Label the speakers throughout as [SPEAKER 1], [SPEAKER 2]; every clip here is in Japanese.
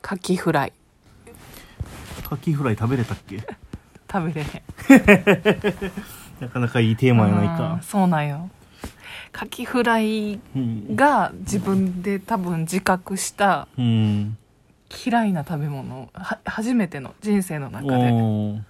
[SPEAKER 1] カキフライ
[SPEAKER 2] カキフライ食べれたっけ
[SPEAKER 1] 食べれへん
[SPEAKER 2] なかなかいいテーマやない
[SPEAKER 1] うん
[SPEAKER 2] か
[SPEAKER 1] そうなんよカキフライ
[SPEAKER 2] うん、
[SPEAKER 1] が自分で多分自覚した
[SPEAKER 2] うん、
[SPEAKER 1] 嫌いな食べ物は初めての人生の中で
[SPEAKER 2] おー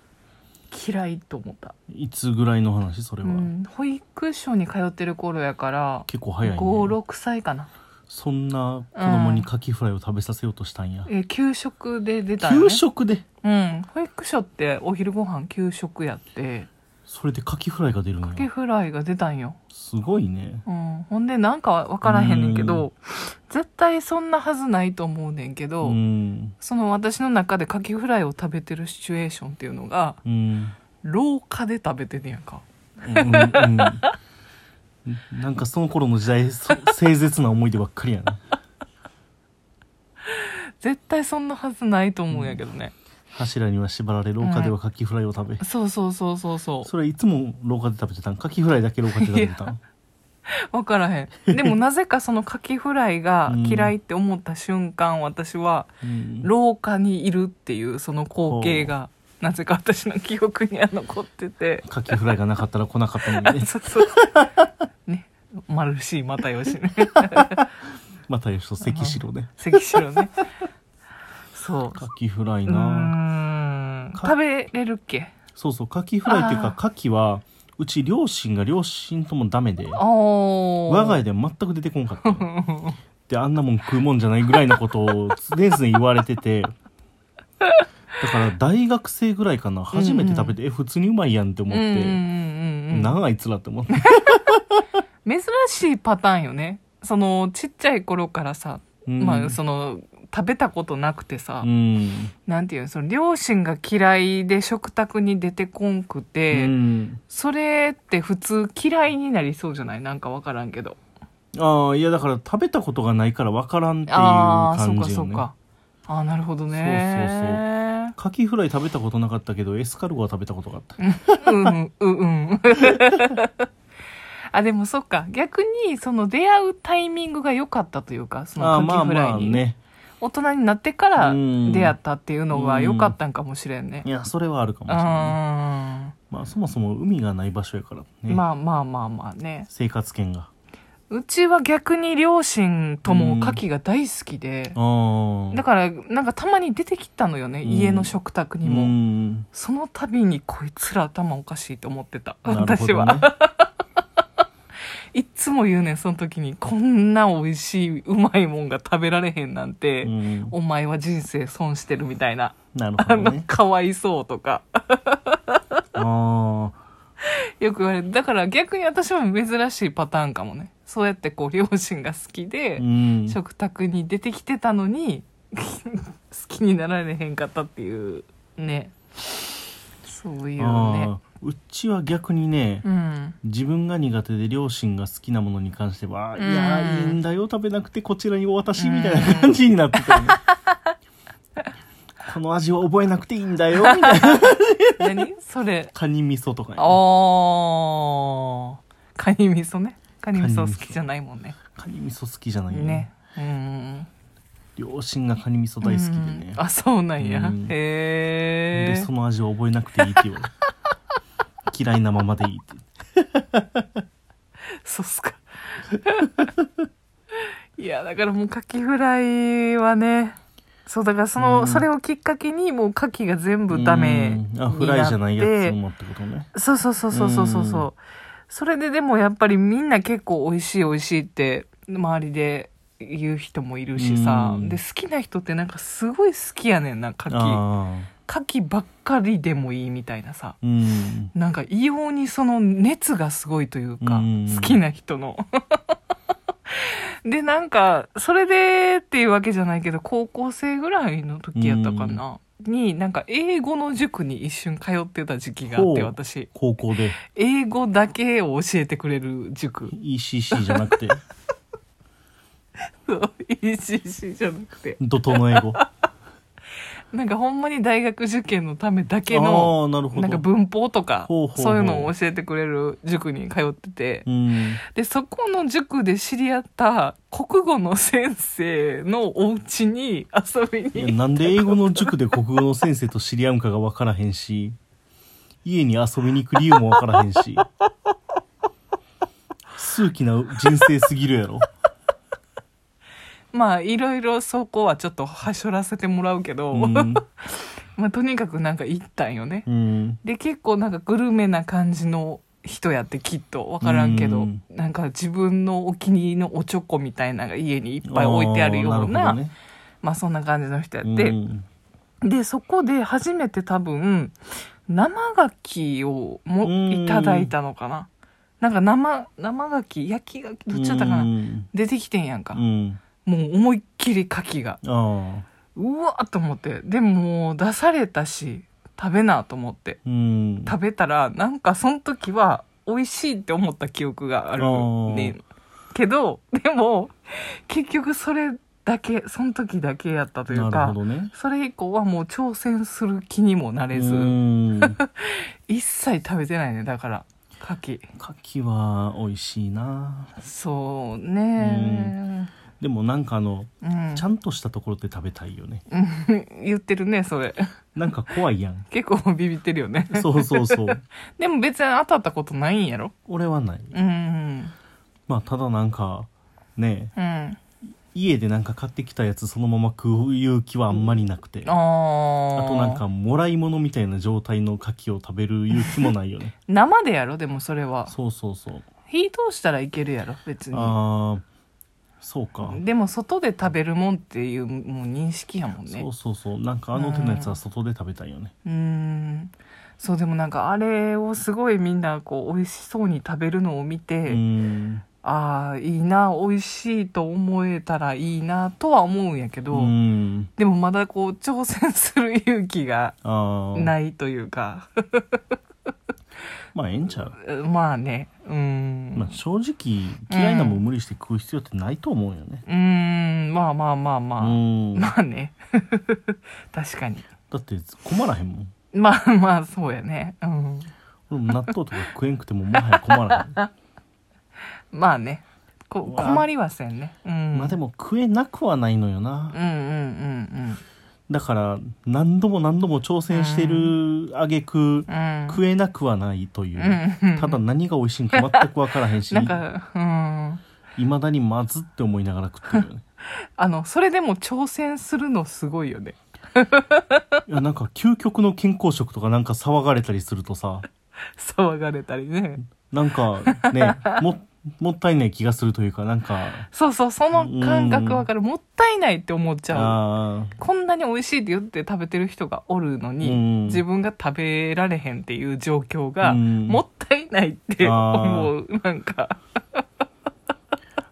[SPEAKER 1] 嫌いと思った、
[SPEAKER 2] いつぐらいの話それ
[SPEAKER 1] う
[SPEAKER 2] は、
[SPEAKER 1] ん、保育所に通ってる頃やから
[SPEAKER 2] 結構早いね
[SPEAKER 1] 56歳かな、
[SPEAKER 2] そんな子供にカキフライを食べさせようとしたんや、
[SPEAKER 1] えー給食で出たよ、ね、
[SPEAKER 2] 給食で
[SPEAKER 1] うん保育所ってお昼ご飯給食やって
[SPEAKER 2] それでカキフライが出るの
[SPEAKER 1] カキ
[SPEAKER 2] よ
[SPEAKER 1] フライが出たんよ、
[SPEAKER 2] すごいね
[SPEAKER 1] うん、ほんでなんかわからへんねんけど絶対そんなはずないと思うねんけ
[SPEAKER 2] う
[SPEAKER 1] ど、
[SPEAKER 2] ん
[SPEAKER 1] その私の中でカキフライを食べてるシチュエーションっていうのが
[SPEAKER 2] うん
[SPEAKER 1] 廊下で食べてんねやんか
[SPEAKER 2] うんうんうん なんかその頃の時代そ清絶な思い出ばっかりやな
[SPEAKER 1] 絶対そんなはずないと思うんやけどね、
[SPEAKER 2] 柱には縛られ廊下ではカキフライを食べ、
[SPEAKER 1] そうそうそうそうそ
[SPEAKER 2] それはいつも廊下で食べてたんカキフライだけ廊下で食べてたん
[SPEAKER 1] うわからへんでもなぜかそのカキフライが嫌いって思った瞬間私は
[SPEAKER 2] うん
[SPEAKER 1] 廊下にいるっていうその光景がなぜか私の記憶には残ってて
[SPEAKER 2] カキフライがなかったら来なかったのに ね
[SPEAKER 1] そうそうねマルシー又吉ね
[SPEAKER 2] またよしと関白ね
[SPEAKER 1] 関城ねそう
[SPEAKER 2] カキフライ
[SPEAKER 1] う
[SPEAKER 2] な
[SPEAKER 1] ーん
[SPEAKER 2] か
[SPEAKER 1] 食べれるっけ
[SPEAKER 2] そうそうカキフライっていう
[SPEAKER 1] あ
[SPEAKER 2] か
[SPEAKER 1] ー
[SPEAKER 2] カキはうち両親が両親ともダメで
[SPEAKER 1] おー
[SPEAKER 2] 我が家では全く出てこんかったよであんなもん食うもんじゃないぐらいのことを常々言われててだから大学生ぐらいかな初めて食べて、え普通にうまいやんって思っ
[SPEAKER 1] うんうん
[SPEAKER 2] て、
[SPEAKER 1] うんうん
[SPEAKER 2] なああいつらって思って
[SPEAKER 1] 珍しいパターンよねそのちっちゃい頃からさ、
[SPEAKER 2] うん
[SPEAKER 1] まあその食べたことなくてさ、
[SPEAKER 2] うん、
[SPEAKER 1] なんていうのその両親が嫌いで食卓に出てこんくて、
[SPEAKER 2] うん、
[SPEAKER 1] それって普通嫌いになりそうじゃないなんかわからんけど
[SPEAKER 2] ああいやだから食べたことがないから分からんっていう
[SPEAKER 1] ああーそう
[SPEAKER 2] 感
[SPEAKER 1] か
[SPEAKER 2] じ
[SPEAKER 1] そ
[SPEAKER 2] よ
[SPEAKER 1] う
[SPEAKER 2] ね
[SPEAKER 1] かああなるほどね
[SPEAKER 2] カキフライ食べたことなかったけどエスカルゴは食べたことがあった
[SPEAKER 1] うんうんうんうんあでもそっか逆にその出会うタイミングが良かったというかそ
[SPEAKER 2] ああ
[SPEAKER 1] のカ
[SPEAKER 2] まあ
[SPEAKER 1] キフライ
[SPEAKER 2] まあ
[SPEAKER 1] に、
[SPEAKER 2] ね
[SPEAKER 1] 大人になってから
[SPEAKER 2] うん
[SPEAKER 1] 出会ったっていうのが良かったんかもしれんね
[SPEAKER 2] いやそれはあるかも
[SPEAKER 1] う
[SPEAKER 2] しれない
[SPEAKER 1] ん
[SPEAKER 2] まあそもそも海がない場所やからね、
[SPEAKER 1] まあまあまあまあね
[SPEAKER 2] 生活圏が
[SPEAKER 1] うちは逆に両親とも牡蠣が大好きで、
[SPEAKER 2] ああ
[SPEAKER 1] だからなんかたまに出てきたのよね、
[SPEAKER 2] うん
[SPEAKER 1] 家の食卓にも、
[SPEAKER 2] うん
[SPEAKER 1] その度にこいつら頭おかしいと思ってた
[SPEAKER 2] なるほ
[SPEAKER 1] 私
[SPEAKER 2] ど
[SPEAKER 1] は
[SPEAKER 2] ね、
[SPEAKER 1] いっつも言うねんその時にこんな美味しいうまいもんが食べられへんなんて、
[SPEAKER 2] うん
[SPEAKER 1] お前は人生損してるみたいな、
[SPEAKER 2] なる
[SPEAKER 1] あ
[SPEAKER 2] ほど
[SPEAKER 1] の
[SPEAKER 2] ね
[SPEAKER 1] かわいそうとか
[SPEAKER 2] あ
[SPEAKER 1] よく言われるだから逆に私も珍しいパターンかもねそうやってこう両親が好き
[SPEAKER 2] あ
[SPEAKER 1] で、
[SPEAKER 2] うん
[SPEAKER 1] 食卓に出てきてたのに 好きになられへんかったっていうねそういうね
[SPEAKER 2] あーうちは逆にね、
[SPEAKER 1] うん
[SPEAKER 2] 自分が苦手で両親が好きなものに関しては、
[SPEAKER 1] うん
[SPEAKER 2] いやーいいんだよ食べなくてこちらにお渡しみたいな感じになってたよ ね、この味は覚えなくていいんだよみたいな
[SPEAKER 1] 何それ
[SPEAKER 2] カニ味噌とかね、
[SPEAKER 1] あーカニ味噌ねカニ味噌
[SPEAKER 2] カニ味
[SPEAKER 1] 好
[SPEAKER 2] 噌
[SPEAKER 1] きじゃないもんね
[SPEAKER 2] カニ味噌好きじゃないよね
[SPEAKER 1] ねうん
[SPEAKER 2] 両親がカニ味噌大好きでね
[SPEAKER 1] うん、あそうなんや、
[SPEAKER 2] うん
[SPEAKER 1] へ
[SPEAKER 2] で
[SPEAKER 1] え
[SPEAKER 2] その味を覚えなくていいって言 われる嫌いなままでいいって
[SPEAKER 1] そうっすか。 いや、だからもうカキフライはね、そう、だからその、
[SPEAKER 2] うん
[SPEAKER 1] それをきっかけにもうカキが全部ダメに
[SPEAKER 2] うん
[SPEAKER 1] な
[SPEAKER 2] あ
[SPEAKER 1] って。
[SPEAKER 2] フライじゃないやつもってことね
[SPEAKER 1] そうそうそうそうそうそうそうう。それででもやっぱりみんな結構美味しい美味しいって周りで言う人もいるしさ、
[SPEAKER 2] うん
[SPEAKER 1] で好きな人ってなんかすごい好きやねんなカキ
[SPEAKER 2] あ
[SPEAKER 1] カキばっかりでもいいみたいなさ
[SPEAKER 2] あうん
[SPEAKER 1] なんか異様にその熱がすごいというか、
[SPEAKER 2] うん
[SPEAKER 1] 好きな人の。 で、なんか、それでっていうわけじゃないけど、高校生ぐらいの時やったかな。に、なんか英語の塾に一瞬通ってた時期があって、
[SPEAKER 2] ほう
[SPEAKER 1] 私。
[SPEAKER 2] 高校で
[SPEAKER 1] 英語だけを教えてくれる塾。
[SPEAKER 2] ECC じゃなくて
[SPEAKER 1] そう ECC じゃなくて。
[SPEAKER 2] 怒涛の英語
[SPEAKER 1] なんかほんまに大学受験のためだけの
[SPEAKER 2] ああなるほど
[SPEAKER 1] なんか文法とか
[SPEAKER 2] ほうほうほう
[SPEAKER 1] そういうのを教えてくれる塾に通ってて
[SPEAKER 2] うん
[SPEAKER 1] でそこの塾で知り合った国語の先生のお家に遊び
[SPEAKER 2] いや
[SPEAKER 1] に
[SPEAKER 2] なんで英語の塾で国語の先生と知り合うんかが分からへんし家に遊びに行く理由も分からへんし数奇な人生すぎるやろ
[SPEAKER 1] まあいろいろそこはちょっとはしょらせてもらうけど、
[SPEAKER 2] うん、
[SPEAKER 1] まあ、とにかくなんか行ったんよね。
[SPEAKER 2] うん、
[SPEAKER 1] で結構なんかグルメな感じの人やってきっと分からんけど
[SPEAKER 2] うん
[SPEAKER 1] なんか自分のお気に入りのおチョコみたいなのが家にいっぱい置いてあるような
[SPEAKER 2] ーるほどね
[SPEAKER 1] まあそんな感じの人やっ
[SPEAKER 2] う
[SPEAKER 1] て、
[SPEAKER 2] ん
[SPEAKER 1] でそこで初めて多分生牡蠣を
[SPEAKER 2] うん
[SPEAKER 1] もいただいたのかななんか生生牡蠣焼き牡蠣どっちだったか
[SPEAKER 2] う
[SPEAKER 1] なん出てきてんやんか
[SPEAKER 2] うん
[SPEAKER 1] もう思いっきり牡蠣が
[SPEAKER 2] ああ
[SPEAKER 1] うわーっと思ってでももう出されたし食べなと思って
[SPEAKER 2] うん
[SPEAKER 1] 食べたらなんかその時は美味しいって思った記憶があるねんけどでも結局それだけその時だけやったという
[SPEAKER 2] なる
[SPEAKER 1] か
[SPEAKER 2] ほどね
[SPEAKER 1] それ以降はもう挑戦する気にもなれず
[SPEAKER 2] うん
[SPEAKER 1] 一切食べてないねだから牡蠣
[SPEAKER 2] 牡蠣は美味しいな
[SPEAKER 1] そうね
[SPEAKER 2] でもなんかあの
[SPEAKER 1] うん
[SPEAKER 2] ちゃんとしたところで食べたいよね
[SPEAKER 1] うん 言ってるねそれ
[SPEAKER 2] なんか怖いやん
[SPEAKER 1] 結構ビビってるよね
[SPEAKER 2] そうそ うそう
[SPEAKER 1] でも別に当たったことないんやろ
[SPEAKER 2] 俺はない
[SPEAKER 1] うん
[SPEAKER 2] まあただなんかね
[SPEAKER 1] うんあ
[SPEAKER 2] 家でなんか買ってきたやつそのまま食う勇気はあんまりなくて、あ
[SPEAKER 1] あ
[SPEAKER 2] となんかもらい物みたいな状態の牡蠣を食べる勇気もないよね
[SPEAKER 1] 生でやろでもそれは
[SPEAKER 2] そうそうそう
[SPEAKER 1] 火通したらいけるやろ別に
[SPEAKER 2] ああそうか、
[SPEAKER 1] でも外で食べるもんっていうもう認識やもんね
[SPEAKER 2] そうそうそうなんかあの手のやつは外で食べたいよね
[SPEAKER 1] うーんそうでもなんかあれをすごいみんなこう美味しそうに食べるのを見
[SPEAKER 2] う
[SPEAKER 1] て、
[SPEAKER 2] ん
[SPEAKER 1] ああいいな美味しいと思えたらいいなとは思うんやけ
[SPEAKER 2] う
[SPEAKER 1] ど、
[SPEAKER 2] ん
[SPEAKER 1] でもまだこう挑戦する勇気が
[SPEAKER 2] ああ
[SPEAKER 1] ないというか、
[SPEAKER 2] まあええんちゃう、
[SPEAKER 1] まあねうん、
[SPEAKER 2] まあ、正直嫌いなもん無理して食う必要ってないと思うよね
[SPEAKER 1] うーんまあまあまあま
[SPEAKER 2] う
[SPEAKER 1] あ、
[SPEAKER 2] んだ
[SPEAKER 1] まあね 確かに
[SPEAKER 2] って困らへんもん
[SPEAKER 1] まあまあそうやねうん
[SPEAKER 2] 俺も納豆とか食えんくてももはや困らへん
[SPEAKER 1] まあねこ
[SPEAKER 2] うわ
[SPEAKER 1] 困りはせんねうん
[SPEAKER 2] まあで
[SPEAKER 1] も
[SPEAKER 2] も食えなくはないのよな
[SPEAKER 1] うんうんうん
[SPEAKER 2] だから何度も何度も挑戦してるあげく
[SPEAKER 1] うんうん
[SPEAKER 2] 食えなくはないという、
[SPEAKER 1] うんうん
[SPEAKER 2] ただ何が美味しいんか全く分から へんし
[SPEAKER 1] なんかうん
[SPEAKER 2] いまだにまずって思いながら食ってるよね
[SPEAKER 1] あのそれでも挑戦するのすごいよね
[SPEAKER 2] いやなんか究極の健康食とかなんか騒がれたりするとさ
[SPEAKER 1] 騒がれたりね
[SPEAKER 2] なんか ねももったいない気がするというかなんか
[SPEAKER 1] そうそうその感覚わかるもったいないって思っちゃう
[SPEAKER 2] あー
[SPEAKER 1] こんなに美味しいって言って食べてる人がおるのに、
[SPEAKER 2] うん
[SPEAKER 1] 自分が食べられへんっていう状況が、
[SPEAKER 2] うん
[SPEAKER 1] もったいないって思うなんか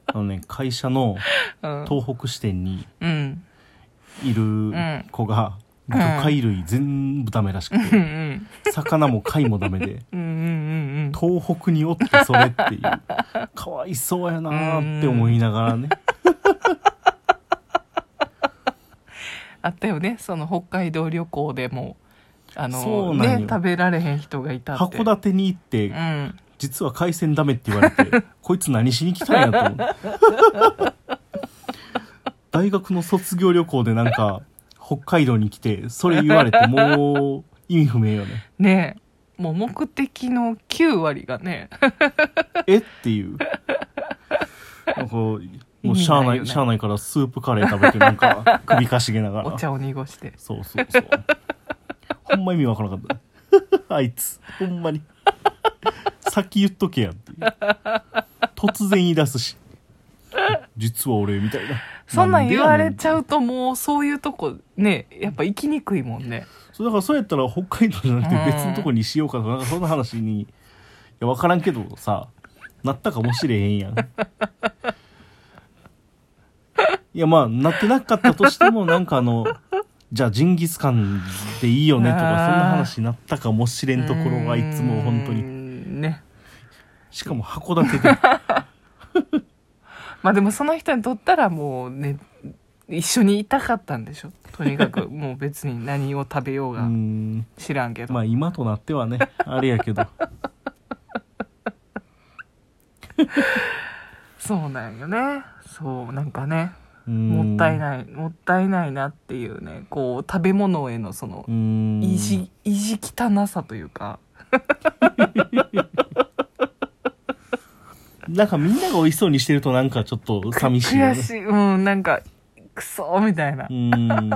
[SPEAKER 2] あのね会社の
[SPEAKER 1] うん
[SPEAKER 2] 東北支店に
[SPEAKER 1] うん
[SPEAKER 2] いる子が魚介類全部ダメらしく
[SPEAKER 1] う
[SPEAKER 2] て。
[SPEAKER 1] ん
[SPEAKER 2] 魚も貝もダメで
[SPEAKER 1] うんうんうん
[SPEAKER 2] 東北におってそれっ ていうかわいそうやなーって思いながらね
[SPEAKER 1] あったよねその北海道旅行でもあ
[SPEAKER 2] そ
[SPEAKER 1] の
[SPEAKER 2] うなんよ
[SPEAKER 1] ね食べられへん人がいたって
[SPEAKER 2] 函館に行って
[SPEAKER 1] うん
[SPEAKER 2] 実は海鮮ダメって言われ てこいつ何しに来たんやと思って大学の卒業旅行でなんか北海道に来てそれ言われてもう意味不明よね
[SPEAKER 1] ねえもう目的の9割がね
[SPEAKER 2] えっていうなんかもうしゃあない
[SPEAKER 1] 意味ないよね
[SPEAKER 2] しゃあないからスープカレー食べてなんか首かしげながら
[SPEAKER 1] お茶を濁 して
[SPEAKER 2] そうそうそう。ほんま意味わからなかった。 あいつ、ほんまに。先言っとけやっていう。突然言い出すし。実は俺みたいな。
[SPEAKER 1] そんなん言われちゃ
[SPEAKER 2] う。
[SPEAKER 1] うともうそういうとこねやっぱ行きにくいもんね
[SPEAKER 2] そうだからそうやったら北海道じゃなくて別のとこにしようかとか、なんかそんな話に、いや、わからんけどさ、なったかもしれへん やん。いやまあなってなかったとしてもなんかあのじゃあジンギスカンでいいよねとかそんな話になったかもしれんところがいつも本当
[SPEAKER 1] うー
[SPEAKER 2] に
[SPEAKER 1] んね
[SPEAKER 2] しかも函館で
[SPEAKER 1] まあでもその人にとったらもうね一緒にいたかったんでしょとにか くもう別に何を食べよう
[SPEAKER 2] う
[SPEAKER 1] が
[SPEAKER 2] ん
[SPEAKER 1] 知らんけど、
[SPEAKER 2] まあ今となってはねあれやけど
[SPEAKER 1] そうなんよねそうなんかね
[SPEAKER 2] も
[SPEAKER 1] もったい
[SPEAKER 2] い
[SPEAKER 1] ないもったいないなっていうねこう食べ物へのその
[SPEAKER 2] うん
[SPEAKER 1] 意地意地汚さというか
[SPEAKER 2] なんかみんなが美味しそうにしてるとなんかちょっと寂しいよ
[SPEAKER 1] 悔
[SPEAKER 2] ね
[SPEAKER 1] しいうんなんかクソみたいな
[SPEAKER 2] うん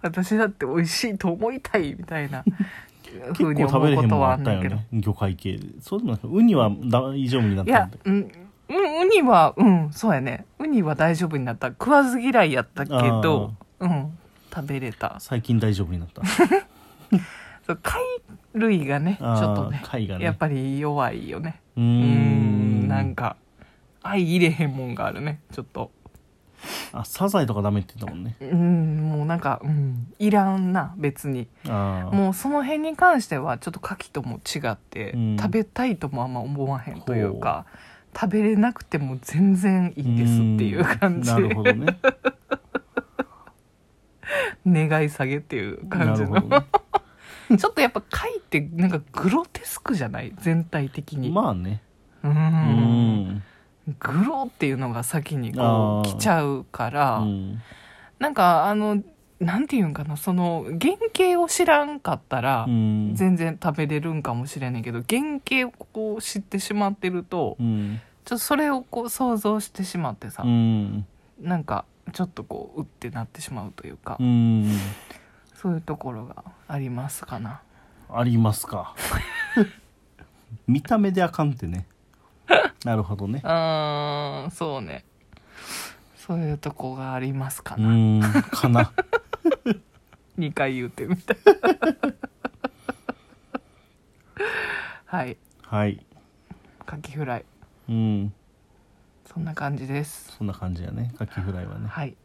[SPEAKER 1] 私だって美味しいと思いたいみた いな
[SPEAKER 2] 結
[SPEAKER 1] 風に
[SPEAKER 2] 構食
[SPEAKER 1] 思
[SPEAKER 2] べ
[SPEAKER 1] う
[SPEAKER 2] れへ
[SPEAKER 1] こ
[SPEAKER 2] ん
[SPEAKER 1] と
[SPEAKER 2] もん
[SPEAKER 1] は
[SPEAKER 2] あ
[SPEAKER 1] あ
[SPEAKER 2] っ
[SPEAKER 1] ん
[SPEAKER 2] た
[SPEAKER 1] だ
[SPEAKER 2] よ
[SPEAKER 1] けど
[SPEAKER 2] ね 魚介系でそうでもなんかウニは大丈夫になっ
[SPEAKER 1] い
[SPEAKER 2] た
[SPEAKER 1] や
[SPEAKER 2] んだ
[SPEAKER 1] うんうんウニはうんそうやねウニは大丈夫になった食わず嫌いやったけどうん食べれた
[SPEAKER 2] 最近大丈夫に なった
[SPEAKER 1] そう貝類がねちょ
[SPEAKER 2] あー
[SPEAKER 1] っとね
[SPEAKER 2] 貝がね
[SPEAKER 1] やっぱり弱いよね
[SPEAKER 2] うー
[SPEAKER 1] うん
[SPEAKER 2] ん
[SPEAKER 1] なんか愛入れへんもんがあるねちょっと
[SPEAKER 2] あサザエとかダメって言ったもんね
[SPEAKER 1] うんもうなんかうんいらんな別に
[SPEAKER 2] ああ
[SPEAKER 1] もうその辺に関してはちょっと牡蠣とも違って、
[SPEAKER 2] うん
[SPEAKER 1] 食べたいともあんま思わへんというか食べれなくても全然いいですっていう感じ
[SPEAKER 2] なるほどね
[SPEAKER 1] 願い下げっていう 感じ
[SPEAKER 2] なる
[SPEAKER 1] の
[SPEAKER 2] ほどね
[SPEAKER 1] ちょっとやっぱ貝ってなんかグロテスクじゃない全体的 に、
[SPEAKER 2] まあね
[SPEAKER 1] う
[SPEAKER 2] うんん
[SPEAKER 1] グロっていうのが先にこ
[SPEAKER 2] あ
[SPEAKER 1] う
[SPEAKER 2] ー
[SPEAKER 1] 来ちゃうから、
[SPEAKER 2] うん
[SPEAKER 1] なんかあのなんていうんかなその原型を知らんかったら、
[SPEAKER 2] うん
[SPEAKER 1] 全然食べれるんかもしれないけど原型をこう知ってしまってると、
[SPEAKER 2] うん
[SPEAKER 1] ちょっとそれをこう想像してしまってさ、
[SPEAKER 2] うん
[SPEAKER 1] なんかちょっとこううってなってしまうというか、
[SPEAKER 2] うん
[SPEAKER 1] そういうところがありますかな
[SPEAKER 2] ありますか見た目であかんって ねなるほどね
[SPEAKER 1] うーんそうねそういうとこがありますか
[SPEAKER 2] う
[SPEAKER 1] な、
[SPEAKER 2] ーんかな
[SPEAKER 1] 2回言うてみた いはい
[SPEAKER 2] はい
[SPEAKER 1] カキフライ
[SPEAKER 2] うん
[SPEAKER 1] そんな感じです
[SPEAKER 2] そんな感じやねカキフライはね
[SPEAKER 1] はい